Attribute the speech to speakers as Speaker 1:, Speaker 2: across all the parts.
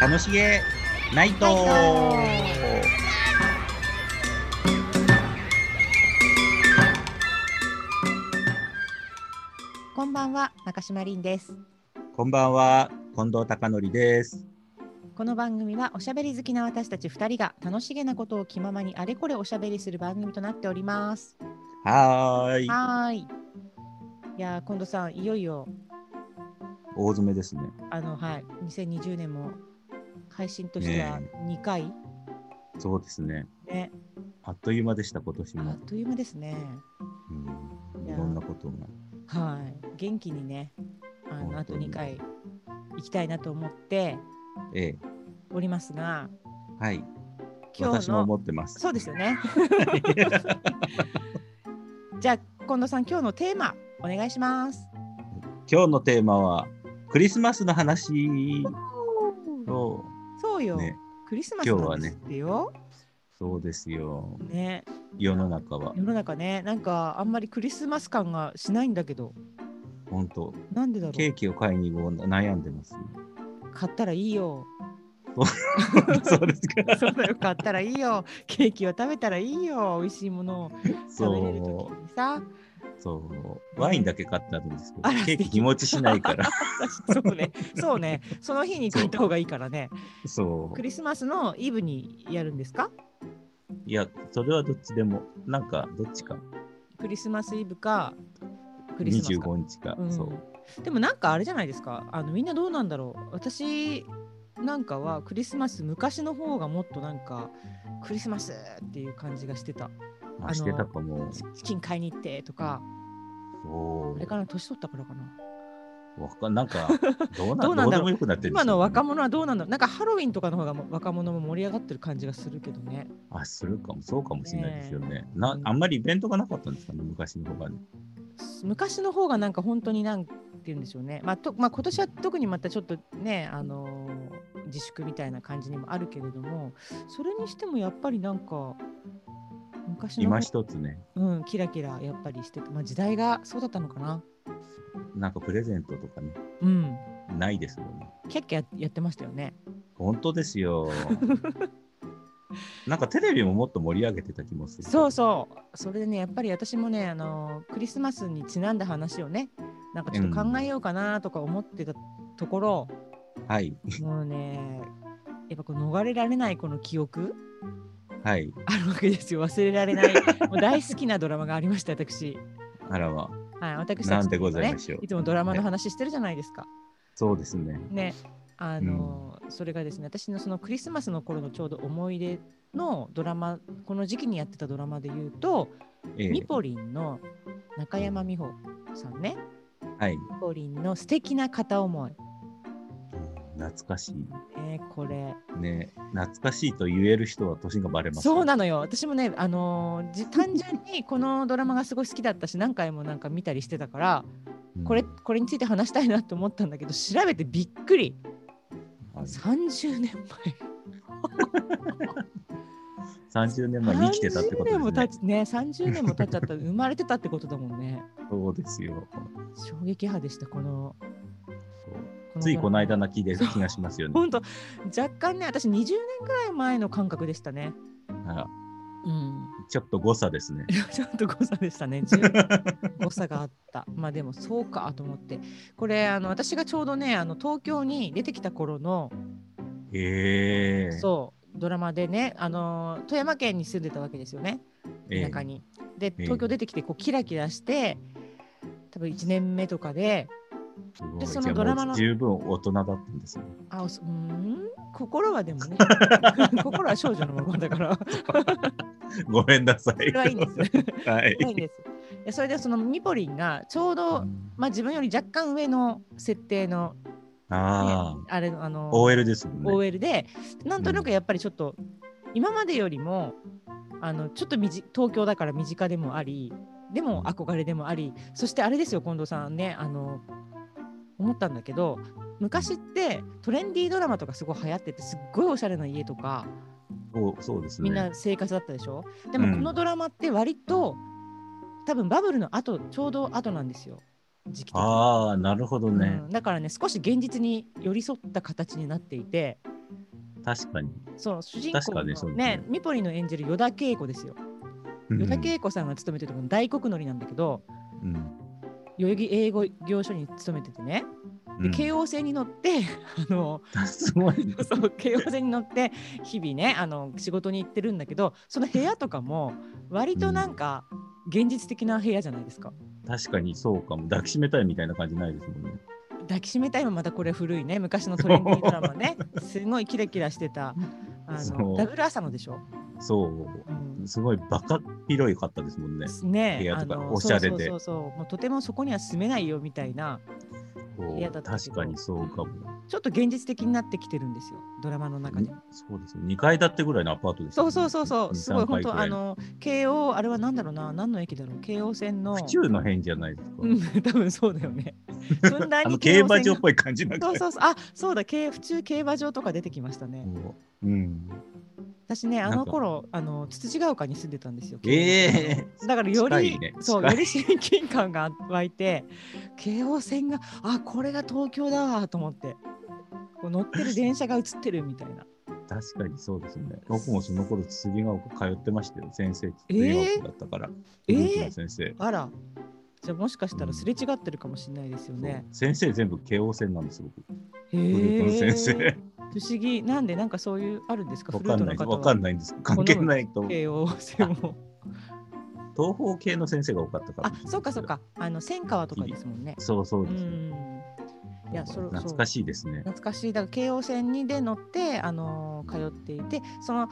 Speaker 1: 楽しげナイト
Speaker 2: ナこんばんは中島凛です
Speaker 1: こんばんは近藤貴則です
Speaker 2: この番組はおしゃべり好きな私たち二人が楽しげなことを気ままにあれこれおしゃべりする番組となっております
Speaker 1: はーい
Speaker 2: はーいいやー近藤さんいよいよ
Speaker 1: 大詰めですね
Speaker 2: あのはい2020年も配信としては
Speaker 1: ね
Speaker 2: 2回ね
Speaker 1: そうですねあっという間でした今年
Speaker 2: あ
Speaker 1: も
Speaker 2: っ、という間ですね
Speaker 1: うん、
Speaker 2: い
Speaker 1: い
Speaker 2: や
Speaker 1: ろんなことが
Speaker 2: はい元気にねあのあ
Speaker 1: 本当
Speaker 2: と
Speaker 1: に
Speaker 2: 2回行きたいなと思って
Speaker 1: ええ
Speaker 2: おりますが
Speaker 1: はい
Speaker 2: 今日
Speaker 1: 私も
Speaker 2: の
Speaker 1: 思ってます
Speaker 2: そうですよ ねじゃあ近藤さん今日のテーマお願いします
Speaker 1: 今日のテーマはクリスマスの話を
Speaker 2: そうよ、
Speaker 1: ね
Speaker 2: クリスマスなんですよ、
Speaker 1: そうですよ
Speaker 2: ね
Speaker 1: 世の中は
Speaker 2: 世の中ねなんかあんまりクリスマス感がしないんだけど
Speaker 1: 本当
Speaker 2: なんでだろ
Speaker 1: ケ
Speaker 2: う
Speaker 1: ーキを買いにも悩んで ます、ね、
Speaker 2: 買ったらいいよ
Speaker 1: そうですか
Speaker 2: そうだよ買ったらいいよケーキを食べたらいいよ美味しいものを食べれる
Speaker 1: そ
Speaker 2: 時にさ
Speaker 1: うそうワインだけ買ってあるんですけ
Speaker 2: あら
Speaker 1: どケーキ日持ちしないから
Speaker 2: そうねそうねその日に買った方がいいからね
Speaker 1: そ
Speaker 2: ク
Speaker 1: う
Speaker 2: リスマスのイブにやるんですか
Speaker 1: いやそれはどっちでもなんかどっちか
Speaker 2: クリスマスイブかクリスマスか
Speaker 1: 25日か、
Speaker 2: うん
Speaker 1: そう
Speaker 2: でもなんかあれじゃないですかあのみんなどうなんだろう私なんかはクリスマス昔の方がもっとなんかクリスマスっていう感じがしてたあ
Speaker 1: あ
Speaker 2: の
Speaker 1: してたかも
Speaker 2: チチキン買いに行ってとか
Speaker 1: そ
Speaker 2: あれから年取ったからかな
Speaker 1: うわかなんかどうな
Speaker 2: ど
Speaker 1: ど
Speaker 2: う
Speaker 1: う
Speaker 2: なんだろう
Speaker 1: でもよくなってるんです
Speaker 2: 今
Speaker 1: よね
Speaker 2: の若者はどうなんだろうなんかハロウィンとかの方がもう若者も盛り上がってる感じがするけどね
Speaker 1: あするかもそうかもしれないですよねな
Speaker 2: うん
Speaker 1: あんまりイベントがなかったんですかね昔の方がね
Speaker 2: 昔の方がなんか本当になんて言うんでしょうね、まあとまあ、今年は特にまたちょっとね、あのー自粛みたいな感じにもあるけれどもそれにしてもやっぱりなんか昔の
Speaker 1: 今
Speaker 2: 方
Speaker 1: 一つね
Speaker 2: うん、キラキラやっぱりしてて、まあ、時代がそうだったのかな、
Speaker 1: なんかプレゼントとかね
Speaker 2: うん、
Speaker 1: ないですもんね
Speaker 2: キャッキャやってましたよね。
Speaker 1: 本当で すよなんかテレビももっと盛り上げてた気もする
Speaker 2: そうそうそれでねやっぱり私もねあのクリスマスにちなんだ話をねなんかちょっと考えようかなとか思ってたところ、
Speaker 1: はい
Speaker 2: もうねやっぱこう逃れられないこの記憶
Speaker 1: はい
Speaker 2: あるわけですよ忘れられないもう大好きなドラマがありました私
Speaker 1: あらは
Speaker 2: はい私たち
Speaker 1: なんで
Speaker 2: いつも
Speaker 1: ござい
Speaker 2: ね
Speaker 1: ましょう
Speaker 2: いつもドラマの話してるじゃないですか
Speaker 1: そうですね
Speaker 2: ねあの、それがですね私のそのクリスマスの頃のちょうど思い出のドラマこの時期にやってたドラマで言うと、
Speaker 1: ええ
Speaker 2: ミポリンの中山美穂さんね
Speaker 1: はい
Speaker 2: ミポリンの素敵な片思い、
Speaker 1: 懐かし
Speaker 2: ね、これ
Speaker 1: いね懐かしいと言える人は年がバレます
Speaker 2: そうなのよ私もね、あのーじ単純にこのドラマがすごい好きだったし何回もなんか見たりしてたから
Speaker 1: うん
Speaker 2: これこれについて話したいなと思ったんだけど調べてびっくり
Speaker 1: はい
Speaker 2: 30年
Speaker 1: 30年
Speaker 2: 前
Speaker 1: 前に生きてたってことで
Speaker 2: 30年
Speaker 1: す
Speaker 2: も
Speaker 1: ね
Speaker 2: 経ちね30年も経っちゃった生まれてたってことだもんね
Speaker 1: そうですよ
Speaker 2: 衝撃波でしたこの
Speaker 1: そう
Speaker 2: の
Speaker 1: ついこの間な気で気がしますよね
Speaker 2: 本当若干ね私20年ぐらい前の感覚でしたね
Speaker 1: あ
Speaker 2: うん
Speaker 1: ちょっと誤差ですね
Speaker 2: ちょっと誤差でしたね。十分誤差があった。まあでもそうかと思って。これあの私がちょうどねあの東京に出てきた頃の、
Speaker 1: へえ
Speaker 2: そうドラマでねあの富山県に住んでたわけですよね
Speaker 1: ええ
Speaker 2: 田舎に。で
Speaker 1: え
Speaker 2: 東京出てきてこうキラキラして多分1年目とかです
Speaker 1: ごい
Speaker 2: でその
Speaker 1: じゃあもう
Speaker 2: ドラマの
Speaker 1: 十分大人だったんですね
Speaker 2: あおそうーん心はでもね心は少女のままだから
Speaker 1: ごめんなさ
Speaker 2: れ
Speaker 1: い。
Speaker 2: はいいんです
Speaker 1: はい
Speaker 2: ないんです。でそれでそのミポリンがちょうど、まあ、自分より若干上の設定の
Speaker 1: ああ、
Speaker 2: ねあれのあの
Speaker 1: OL ですもんね。
Speaker 2: OL でなんとなくやっぱりちょっと今までよりもあのちょっとみじ東京だから身近でもありでも憧れでもありそしてあれですよ近藤さんねあの思ったんだけど昔ってトレンディードラマとかすごい流行っててすっごいおしゃれな家とか
Speaker 1: そうそうです
Speaker 2: み
Speaker 1: ね。
Speaker 2: んな生活だったでしょ、でもこのドラマって割と多分バブルの後ちょうど後なんですよ時期的に
Speaker 1: ああ、なるほどね
Speaker 2: う。んだからね少し現実に寄り添った形になっていて
Speaker 1: 確かに。
Speaker 2: そう主人公の
Speaker 1: 確かにそうですね
Speaker 2: ねミポリンの演じる依田恵子ですよ。依田恵子さんが勤めてるとこの大黒典なんだけど
Speaker 1: うん
Speaker 2: 代々木英語業所に勤めててね
Speaker 1: う
Speaker 2: で
Speaker 1: ん
Speaker 2: 京王線に乗って、 あの
Speaker 1: すごいね。
Speaker 2: そう京王線に乗って日々ねあの仕事に行ってるんだけどその部屋とかも割となんか現実的な部屋じゃないですか。
Speaker 1: 確かにそうかも。抱きしめたいみたいな感じないですもんね。
Speaker 2: 抱きしめたいもまたこれ古いね昔のトレンディードラマ ねすごいキラキラしてたあ
Speaker 1: そ
Speaker 2: の
Speaker 1: う
Speaker 2: ダグラ朝のでしょ、
Speaker 1: そう。
Speaker 2: うん
Speaker 1: すごいバカ広いかったですもんね。
Speaker 2: ね
Speaker 1: 部屋
Speaker 2: あ
Speaker 1: とか
Speaker 2: の
Speaker 1: おしゃれで
Speaker 2: そうそうそうそうもうとてもそこには住めないよみたいな
Speaker 1: そう
Speaker 2: 部屋だったけど
Speaker 1: 確かにそうかも。
Speaker 2: ちょっと現実的になってきてるんですよドラマの中でも
Speaker 1: そうですね。2階建てぐらいのアパートです、ね。
Speaker 2: そうそうそうそうすごい本当あ
Speaker 1: あの。
Speaker 2: の京王あれは何だろうな何の駅だろう京王線の
Speaker 1: 府中の辺じゃないですか。
Speaker 2: うん 多分そうだよねふんだ
Speaker 1: あ
Speaker 2: ん
Speaker 1: の
Speaker 2: に
Speaker 1: 競
Speaker 2: 京王
Speaker 1: 馬
Speaker 2: 線
Speaker 1: 場
Speaker 2: が
Speaker 1: っぽい感じなん
Speaker 2: そ
Speaker 1: か
Speaker 2: うそうそうあそうだ京府中競馬場とか出てきましたね、
Speaker 1: うん。
Speaker 2: 私ね、
Speaker 1: な
Speaker 2: あ
Speaker 1: んか
Speaker 2: の頃、あの、つつじが丘に住んでたんですよ。
Speaker 1: え
Speaker 2: えだから、よ
Speaker 1: 近
Speaker 2: り、
Speaker 1: いね
Speaker 2: そう、
Speaker 1: 近い
Speaker 2: より親近感が湧いて。京王線が、あ、これが東京だわと思って。こう乗ってる電車が映ってるみたいな。
Speaker 1: 確かにそうですね。僕もその頃、杉が丘通ってましたよ。先生、
Speaker 2: え
Speaker 1: 杉が丘だったから。
Speaker 2: え
Speaker 1: グループの先生。
Speaker 2: あら。じゃあ、もしかした
Speaker 1: う
Speaker 2: ら
Speaker 1: ん
Speaker 2: すれ違ってるかもしれないですよね。
Speaker 1: そう先生全部京王線なんです、僕。
Speaker 2: へ
Speaker 1: グループの
Speaker 2: え。
Speaker 1: 先生。
Speaker 2: 不思議、なんで、なんかそういう、あるんですか。
Speaker 1: わ
Speaker 2: フルー
Speaker 1: かん
Speaker 2: トの
Speaker 1: ない、
Speaker 2: 方
Speaker 1: わか
Speaker 2: は。
Speaker 1: んないんです。関係ないと思う。
Speaker 2: 京王線も。
Speaker 1: 東方系の先生が多かったから
Speaker 2: あ。、そうか、そう。か。あの、千川とかですもんね。
Speaker 1: そうそううですね。
Speaker 2: ん。いやそれ
Speaker 1: 懐かしいですね。
Speaker 2: 懐かしいだから京王線にで乗って、あのー通っていてその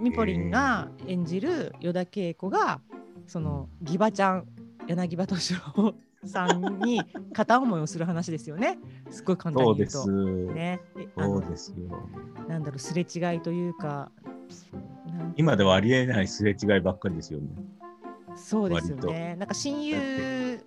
Speaker 2: ミポリンが演じる依田恵子がそのギバちゃん柳葉敏郎さんに片思いをする話ですよねすっごい簡単
Speaker 1: そう
Speaker 2: に言
Speaker 1: で
Speaker 2: う
Speaker 1: す。
Speaker 2: と。ね、えあ
Speaker 1: そ
Speaker 2: の
Speaker 1: うですよ。
Speaker 2: なんだろうすれ違いというかなん
Speaker 1: 今ではありえないすれ違いばっかりですよね。
Speaker 2: そうですよねなんか親友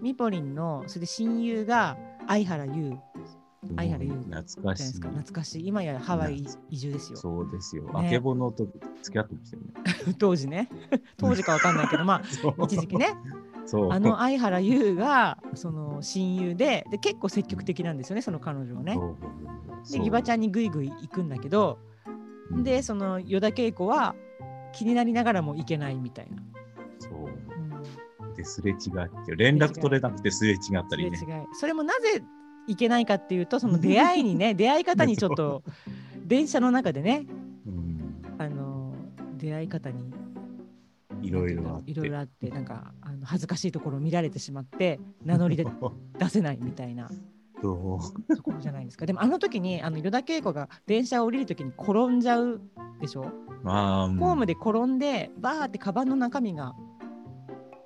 Speaker 2: ミポリンのそれで親友が相原優じゃ相原優
Speaker 1: うん懐か
Speaker 2: ないで
Speaker 1: し
Speaker 2: す
Speaker 1: い
Speaker 2: か。懐かしい今やハワイ移住ですよ。
Speaker 1: そうですよ。
Speaker 2: ね
Speaker 1: あけぼのと付き合ってましたよね。
Speaker 2: 当時ね 当時かわかんないけどま
Speaker 1: そう
Speaker 2: あ一時期。ね
Speaker 1: そう。
Speaker 2: あ の相原優がその親友でで結構積極的なんですよねその彼女はね
Speaker 1: そ。う、
Speaker 2: でギバち
Speaker 1: ゃ
Speaker 2: ゃんにぐいぐい行くんだけど
Speaker 1: ん
Speaker 2: で、その依田恵子は気になりながらも行けないみたいな。
Speaker 1: そう。
Speaker 2: うん
Speaker 1: ですれ違って、連絡取れなくてすれ違った
Speaker 2: すれ
Speaker 1: り
Speaker 2: 違い
Speaker 1: ね。
Speaker 2: それもなぜ行けないかっていうと その出会いにね出会い方にちょっと電車の中でね
Speaker 1: うん
Speaker 2: あの出会い方に
Speaker 1: いろいろあ
Speaker 2: なん
Speaker 1: ってて。
Speaker 2: いろいろあってなんかあの恥ずかしいところを見られてしまって名乗りで 出せないみたいな
Speaker 1: ど
Speaker 2: ところじゃないですか。でもあの時にあの依田恵子が電車を降りる時に転んじゃうでしょ、
Speaker 1: う。まあ、
Speaker 2: ホームで転んでバーってカバンの中身が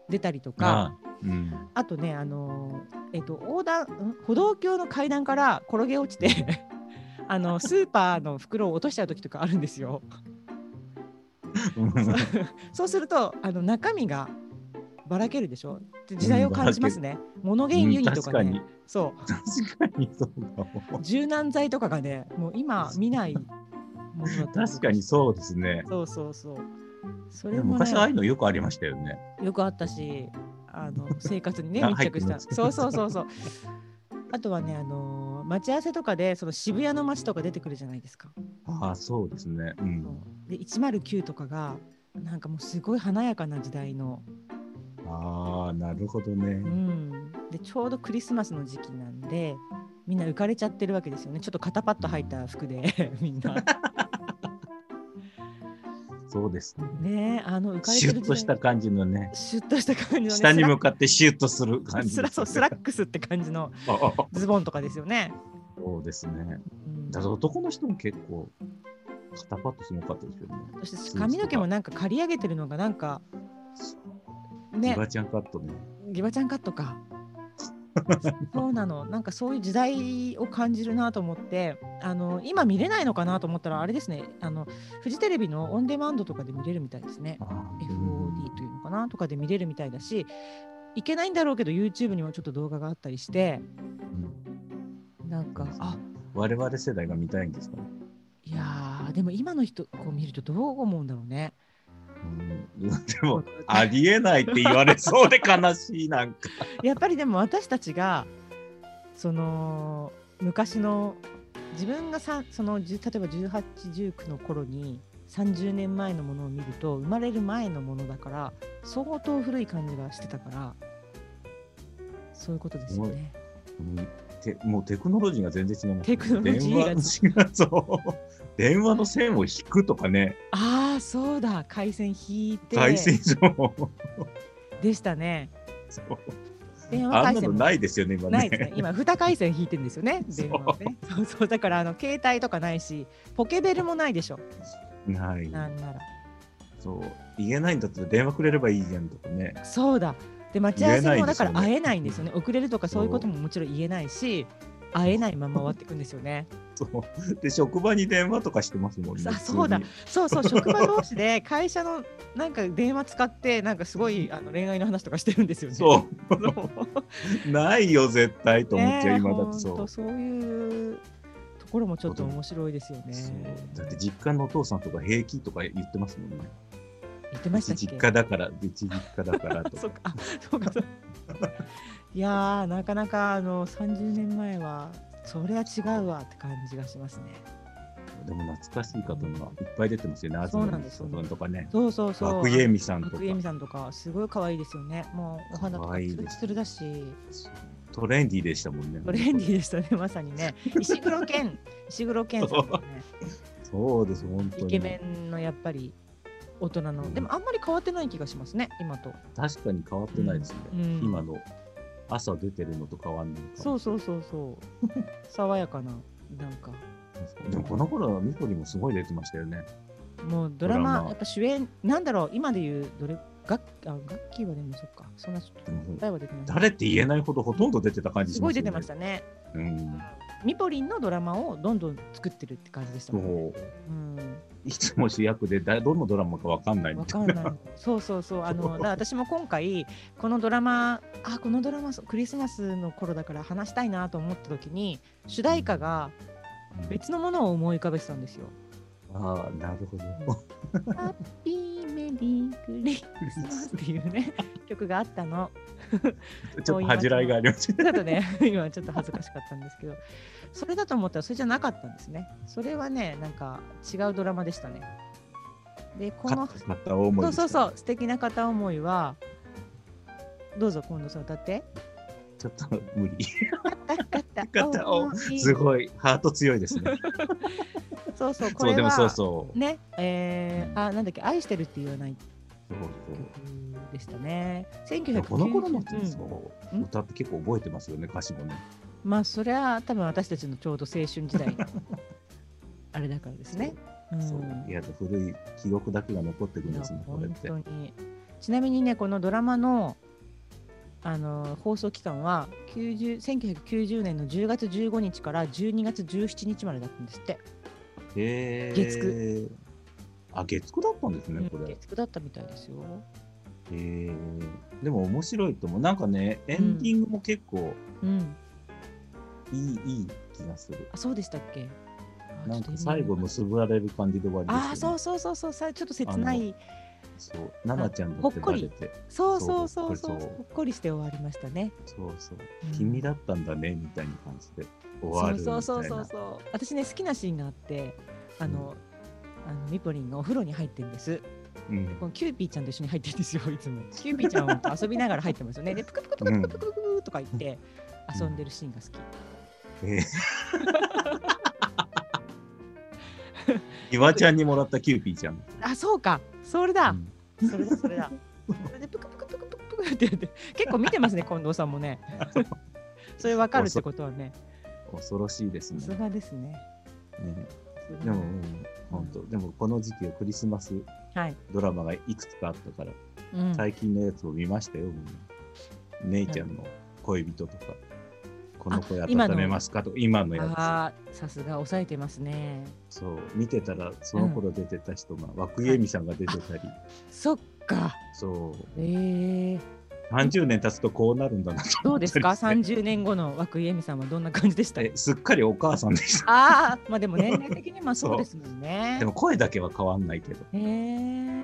Speaker 2: 出たりとか
Speaker 1: が。うん
Speaker 2: あとねあのーえっと横断ん歩道橋の階段から転げ落ちて あのスーパーの袋を落としちゃう時とかあるんですよ。 そうするとあの中身がばらけるでしょって時代を感じますね。モノゲンユニと
Speaker 1: 確
Speaker 2: か
Speaker 1: か
Speaker 2: ね、
Speaker 1: に、
Speaker 2: そう
Speaker 1: 確かにそうかも。
Speaker 2: 柔軟剤とかがねもう今見ないものだったりと
Speaker 1: 確かにそうですね。
Speaker 2: そうそうそうそ
Speaker 1: で
Speaker 2: れも、
Speaker 1: も
Speaker 2: ね
Speaker 1: 昔、ああいうのよくありましたよね。
Speaker 2: よくあったしあ の生活にね
Speaker 1: あ
Speaker 2: 密着し
Speaker 1: 入ったてます
Speaker 2: そうそうそうそうあとはねあのー待ち合わせとかでその渋谷の街とか出てくるじゃないですか、
Speaker 1: ああ、そうですね。う。
Speaker 2: そうんで109とかがなんかもうすごい華やかな時代の、
Speaker 1: ああ、なるほど
Speaker 2: う
Speaker 1: ね。
Speaker 2: ん、でちょうどクリスマスの時期なんでみんな浮かれちゃってるわけですよねちょっと肩パッと入った服で みんな
Speaker 1: そうですね。
Speaker 2: ねえあの浮かれて
Speaker 1: シ
Speaker 2: る
Speaker 1: ュッとした感じのね。
Speaker 2: シュッとした感じの、ね、
Speaker 1: 下に
Speaker 2: スラ
Speaker 1: 向かってシュッとする感じ。
Speaker 2: スラ そうスラックスって感じの
Speaker 1: あああ
Speaker 2: ズボンとかですよね。
Speaker 1: そうですね。
Speaker 2: うん
Speaker 1: だから男の人も結構、肩パッとすごかったですよね。
Speaker 2: そして髪の毛もなんか刈り上げてるのがなんか
Speaker 1: ギ
Speaker 2: ね
Speaker 1: バちゃんカットね。
Speaker 2: ギバちゃんカットか。 そうなのなんかそういう時代を感じるなと思ってあの今見れないのかなと思ったらあれですねあのフジテレビのオンデマンドとかで見れるみたいですね
Speaker 1: ああ
Speaker 2: FOD というのかなとかで見れるみたいだしいけないんだろうけど YouTube にもちょっと動画があったりして
Speaker 1: うん
Speaker 2: なんかあ
Speaker 1: 我々世代が見たいんですかね。
Speaker 2: いやーでも今の人こう見るとどう思うんだろうね。
Speaker 1: うんでも、ありえないって言われそうで悲しいなんか。
Speaker 2: やっぱりでも私たちがその昔の自分がさそのじゅ例えば1819の頃に30年前のものを見ると生まれる前のものだから相当古い感じがしてたからそういうことですよね。
Speaker 1: うんてもうテクノロジーが全然違うもん
Speaker 2: テクノロジーが
Speaker 1: 電話の違うそう 電話の線を引くとかね
Speaker 2: ああそうだ回線引いて
Speaker 1: 回線上
Speaker 2: でしたね。
Speaker 1: そう
Speaker 2: 電話
Speaker 1: あ
Speaker 2: 回
Speaker 1: んな
Speaker 2: 線
Speaker 1: の
Speaker 2: も
Speaker 1: ないですよね今ね
Speaker 2: ないですね。今、二回線引いてるんですよね。
Speaker 1: そう
Speaker 2: 電話はね。そうそう、だから、あの、携帯とかないし、ポケベルもないでしょ。
Speaker 1: ない
Speaker 2: なんな
Speaker 1: そう言えないんだったら電話くれればいいじゃんとかね
Speaker 2: ら。そうだ。で、待ち合わせも、だから、
Speaker 1: 言えないで
Speaker 2: 会えないんで
Speaker 1: すよね
Speaker 2: すよね。遅れるとか、そういうことももちろん言えないし。会えないまま終わっていくんですよね。
Speaker 1: そうで職場に電話とかしてますもんね
Speaker 2: あ
Speaker 1: 普通に
Speaker 2: そうだそうそう、職場同士 で、会社の、なんか、電話使って、なんか、すごい、あの、恋愛の話とかしてるんですよね。
Speaker 1: そ
Speaker 2: そう。
Speaker 1: うないよ絶対と思っち
Speaker 2: ね
Speaker 1: ゃう
Speaker 2: え
Speaker 1: 今だ
Speaker 2: ほ
Speaker 1: と
Speaker 2: ん
Speaker 1: そう
Speaker 2: とそういう。ところもちょっと面白いですよね。
Speaker 1: そうだって実家のお父さんとか平気とか言ってますもんね
Speaker 2: 言ってましたっけ。
Speaker 1: 実家だから一実家だからと
Speaker 2: そ
Speaker 1: か
Speaker 2: うか、あそうか、そうか。いやー、なかなか、あの、三十年前は、それは違うわって感じがしますね。
Speaker 1: でも懐かしい方がいっぱい出てますよね
Speaker 2: そうなんで
Speaker 1: 東
Speaker 2: す
Speaker 1: さんとかね
Speaker 2: そうそうそう。
Speaker 1: 涌井絵美さんとか
Speaker 2: 涌井絵美さんとか、すごい可愛いですよね。もう、お花と
Speaker 1: 可
Speaker 2: か、
Speaker 1: 愛
Speaker 2: ツ
Speaker 1: い
Speaker 2: ル
Speaker 1: です
Speaker 2: ツルだし。
Speaker 1: トレンディーでしたもんね
Speaker 2: トレンディーで したね、まさにね。石黒健、石黒健さんとかね、
Speaker 1: そうです本当
Speaker 2: イ
Speaker 1: に
Speaker 2: ケメンのやっぱり。大人の、でもあんまり変わってない気がしますね、今と。
Speaker 1: 確かに変わってないですね、
Speaker 2: うんうん
Speaker 1: 今の朝出てるのと変わんないから
Speaker 2: そうそうそうそう。 爽やかな、なんか。
Speaker 1: でもこの頃はミコリもすごい出てましたよね
Speaker 2: もうドラ
Speaker 1: ド
Speaker 2: マ
Speaker 1: ラマ
Speaker 2: やっぱ主演なんだろう今で言うどれ楽あ楽器はでもそっかそんなちょっ
Speaker 1: で
Speaker 2: と
Speaker 1: も
Speaker 2: 答えは出てない
Speaker 1: 誰って言えないほどほとんど出てた感じ
Speaker 2: す
Speaker 1: し
Speaker 2: ご
Speaker 1: ま
Speaker 2: い
Speaker 1: す
Speaker 2: 出
Speaker 1: よね
Speaker 2: てましたね
Speaker 1: うん
Speaker 2: ミポリンのドラマをどんどん作ってるって感じでした
Speaker 1: そ
Speaker 2: もんね
Speaker 1: う
Speaker 2: うん
Speaker 1: いつも主役でだどのドラマかわかんないみ
Speaker 2: わ
Speaker 1: た
Speaker 2: か
Speaker 1: い
Speaker 2: ん
Speaker 1: な
Speaker 2: ないそうそう そうあのだから私も今回このドラマあこのドラマそうクリスマスの頃だから話したいなと思った時に主題歌が別のものを思い浮かべてたんですよ。
Speaker 1: ああなるほ ど
Speaker 2: ハッピーメリークリスマスっていう ね曲があったの。
Speaker 1: ちょっと恥じらいがありました
Speaker 2: だとね 今ちょっと恥ずかしかったんですけどそれだと思ったらそれじゃなかったんですねそれはねなんか違うドラマでしたねでこの
Speaker 1: 勝った勝った大思い
Speaker 2: そう
Speaker 1: でした
Speaker 2: そうそう素敵な片思いはどうぞ近藤さん歌って
Speaker 1: ちょっと無理
Speaker 2: 片
Speaker 1: 片思すごいハート強いですね
Speaker 2: そうそう こ
Speaker 1: そう
Speaker 2: れ
Speaker 1: でも
Speaker 2: は
Speaker 1: そうそう
Speaker 2: ねえー、あなんだっけ愛してるって言わない
Speaker 1: そうそう
Speaker 2: 曲でしたね
Speaker 1: いや
Speaker 2: 1990
Speaker 1: この頃の
Speaker 2: うん
Speaker 1: そう、
Speaker 2: うん
Speaker 1: 歌って結構覚えてますよね歌詞もね
Speaker 2: まあそれは多分私たちのちょうど青春時代のあれだからですねうん
Speaker 1: そういや古い記憶だけが残ってくるん
Speaker 2: いや
Speaker 1: ですねこれっ
Speaker 2: 本
Speaker 1: て
Speaker 2: 当にちなみにねこのドラマのあの放送期間は90 1990年の10月15日から12月17日までだったんですって、
Speaker 1: へー
Speaker 2: 月
Speaker 1: あ月9だったんですねこれ、
Speaker 2: 月9だったみたいですよ
Speaker 1: へーでも面白いと思うなんかねエンディングも結構
Speaker 2: うん
Speaker 1: いい、いい気がする
Speaker 2: あそうでしたっけあ
Speaker 1: なん
Speaker 2: ちょ
Speaker 1: か
Speaker 2: っと
Speaker 1: 最後結ばれる感じで終わりですよ、ね
Speaker 2: あ、あそうそうそうそうさちょっと切ない
Speaker 1: そう奈々ちゃんだってバレて
Speaker 2: そうそうそう
Speaker 1: そ
Speaker 2: そうう
Speaker 1: ほっこりそう
Speaker 2: ほっこりして終わりましたね
Speaker 1: そうそう、
Speaker 2: うん
Speaker 1: 君だったんだねみたいな感じで終わるみたい
Speaker 2: そうそ
Speaker 1: な
Speaker 2: うそうそうそう私ね好きなシーンがあってあの、あのミポリンがお風呂に入ってるんです
Speaker 1: うん
Speaker 2: このキューピーちゃんと一緒に入ってるんですよ、いつも。キューピーちゃんと遊びながら入ってますよね。で、プクプクプクプクプクプクとか言って遊んでるシーンが好き。
Speaker 1: え ー岩ちゃんにもらったキューピーちゃん。
Speaker 2: あ、そうか、それだ
Speaker 1: う、ん
Speaker 2: それだ、それ だ。それで、プクプクプクプクプクって言って、結構見てますね、近藤さんもね。 それわかるってことはね、
Speaker 1: 恐ろしいです
Speaker 2: さす
Speaker 1: ね。
Speaker 2: がですね。
Speaker 1: ね
Speaker 2: さすが
Speaker 1: でも、うん本当、でもこの時期はクリスマス
Speaker 2: はい。
Speaker 1: ドラマがいくつかあったから、
Speaker 2: うん、
Speaker 1: 最近のやつを見ましたよ。姉ちゃんの恋人とか、この声温めますかとか、今のや
Speaker 2: あーさすが抑えてますね。
Speaker 1: つ。そう、見てたら、その頃出てた人が、涌井絵美さんが出てたり、
Speaker 2: そっか。
Speaker 1: そう、
Speaker 2: えー、
Speaker 1: 30年経つとこうなるんだなと
Speaker 2: ど
Speaker 1: 思
Speaker 2: う
Speaker 1: ったり
Speaker 2: です か ?30 年後の涌井絵美さんはどんな感じでした
Speaker 1: えすっかりお母さんでした。
Speaker 2: ああ、まあでも年齢的にまあそうですもんね。
Speaker 1: でも声だけは変わんないけど。
Speaker 2: へえ。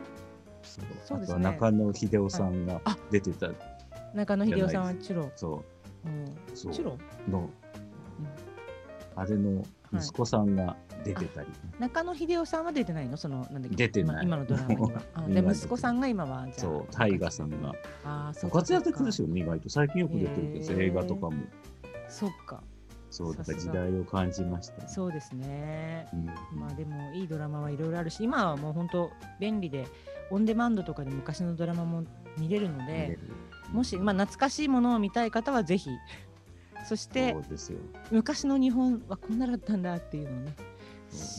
Speaker 2: そうですね
Speaker 1: あとは中野秀夫さんが
Speaker 2: あ
Speaker 1: 出てた、
Speaker 2: 中野秀夫さんはチュロ。
Speaker 1: そ
Speaker 2: うん
Speaker 1: う、そう
Speaker 2: チュロ
Speaker 1: の、あれの
Speaker 2: はい
Speaker 1: 息子さんが出てたり、
Speaker 2: 中野秀夫さんは出てないのそのなんだっけ
Speaker 1: 出てない
Speaker 2: 今今のドラマに はあで
Speaker 1: 今
Speaker 2: 息子さんが今はじゃあ
Speaker 1: そう、タイガさんが。
Speaker 2: あーそ
Speaker 1: 部
Speaker 2: うか
Speaker 1: 活やってくるし
Speaker 2: そ
Speaker 1: よね、意外と。最近よく出てるけど、
Speaker 2: へー
Speaker 1: 映画と
Speaker 2: う
Speaker 1: かも。
Speaker 2: かそっか
Speaker 1: そう、だから
Speaker 2: さす
Speaker 1: 時
Speaker 2: が
Speaker 1: 代を感じました。
Speaker 2: そうですね
Speaker 1: うん
Speaker 2: まあでもいいドラマはいろいろあるし今はもう本当便利でオンデマンドとかで昔のドラマも見れるの
Speaker 1: 見れ
Speaker 2: で
Speaker 1: る
Speaker 2: もし、まあ、懐かしいものを見たい方はぜひそして
Speaker 1: そうですよ。
Speaker 2: 昔の日本はこんなだったんだっていうのをね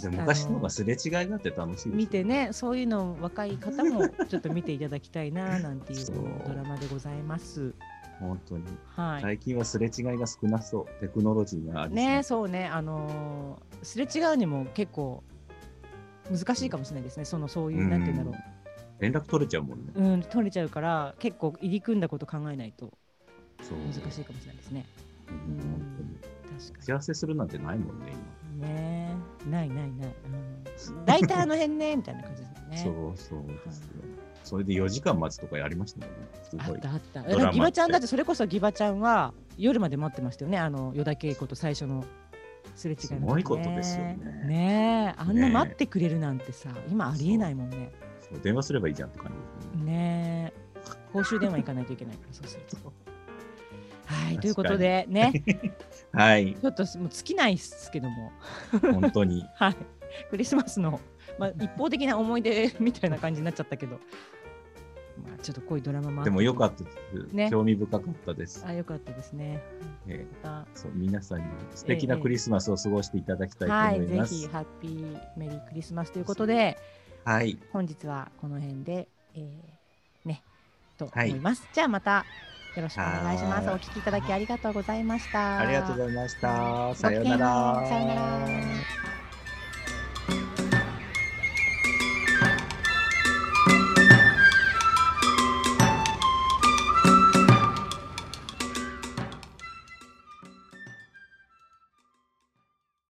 Speaker 1: で昔の方が
Speaker 2: あ
Speaker 1: すれ違いがあって楽しいですよ
Speaker 2: 見て。ねそういうのを若い方もちょっと見ていただきたいななんていう
Speaker 1: そう
Speaker 2: ドラマでございます。
Speaker 1: 本当に。
Speaker 2: はい、
Speaker 1: 最近はすれ違いが少なそう。テクノロジーがあるし
Speaker 2: ねそうねあのーすれ違うにも結構難しいかもしれないですねそのそういう、なんて言うんだろ
Speaker 1: 連絡取れちゃうもんね。
Speaker 2: う、うん、取れちゃうから結構入り組んだこと考えないと
Speaker 1: そう。
Speaker 2: 難しいかもしれないですね。
Speaker 1: うん
Speaker 2: うん
Speaker 1: 本当に
Speaker 2: 確か
Speaker 1: 幸せするなんてないもんね、
Speaker 2: にねないないない、うん、
Speaker 1: 今。
Speaker 2: 大体あの辺ねみたいな感じですもんね。
Speaker 1: そうそうですよ。それで4時間待つとかやりましたもんね。す
Speaker 2: あ
Speaker 1: ご
Speaker 2: っ
Speaker 1: い。
Speaker 2: たあった。
Speaker 1: ドラマって
Speaker 2: ギバちゃんだってそれこそギバちゃんは夜まで待ってましたよね。あの与田恵子と最初のすれ違いの時、
Speaker 1: すごいことですよね
Speaker 2: ねえ、あんな
Speaker 1: ねえ
Speaker 2: 待ってくれるなんてさ、今ありえないもんね。
Speaker 1: そう電話すればいいじゃんって感じですね。
Speaker 2: ねえ、公衆電話行かないといけないからそうすると。 はい、
Speaker 1: に
Speaker 2: ということでね、
Speaker 1: はい。
Speaker 2: ちょっともう尽きないっすけども、
Speaker 1: 本当 に。
Speaker 2: はい、クリスマスのま あ一方的な思い出みたいな感じになっちゃったけど、まあちょっとこういうドラマもあ
Speaker 1: でも良か
Speaker 2: っ
Speaker 1: ったです、
Speaker 2: ね
Speaker 1: 興味深かったです。
Speaker 2: あ、よかったですね。
Speaker 1: え
Speaker 2: ま
Speaker 1: ーそう皆さんに素敵なクリスマスを過ごしていただきたいと思い
Speaker 2: は
Speaker 1: ま
Speaker 2: い、ぜひ
Speaker 1: す。
Speaker 2: ハッピーメリークリスマスということで、
Speaker 1: はい、
Speaker 2: 本日はこの辺で、えーねと思
Speaker 1: はい
Speaker 2: います。じゃあまたよろしくお願いします。
Speaker 1: は
Speaker 2: お
Speaker 1: い
Speaker 2: 聞きいただきありがとうございました。
Speaker 1: ありがとうございました。
Speaker 2: ご
Speaker 1: さ
Speaker 2: き
Speaker 1: よう
Speaker 2: げんよ
Speaker 1: な
Speaker 2: う
Speaker 1: ら。
Speaker 2: さようなら。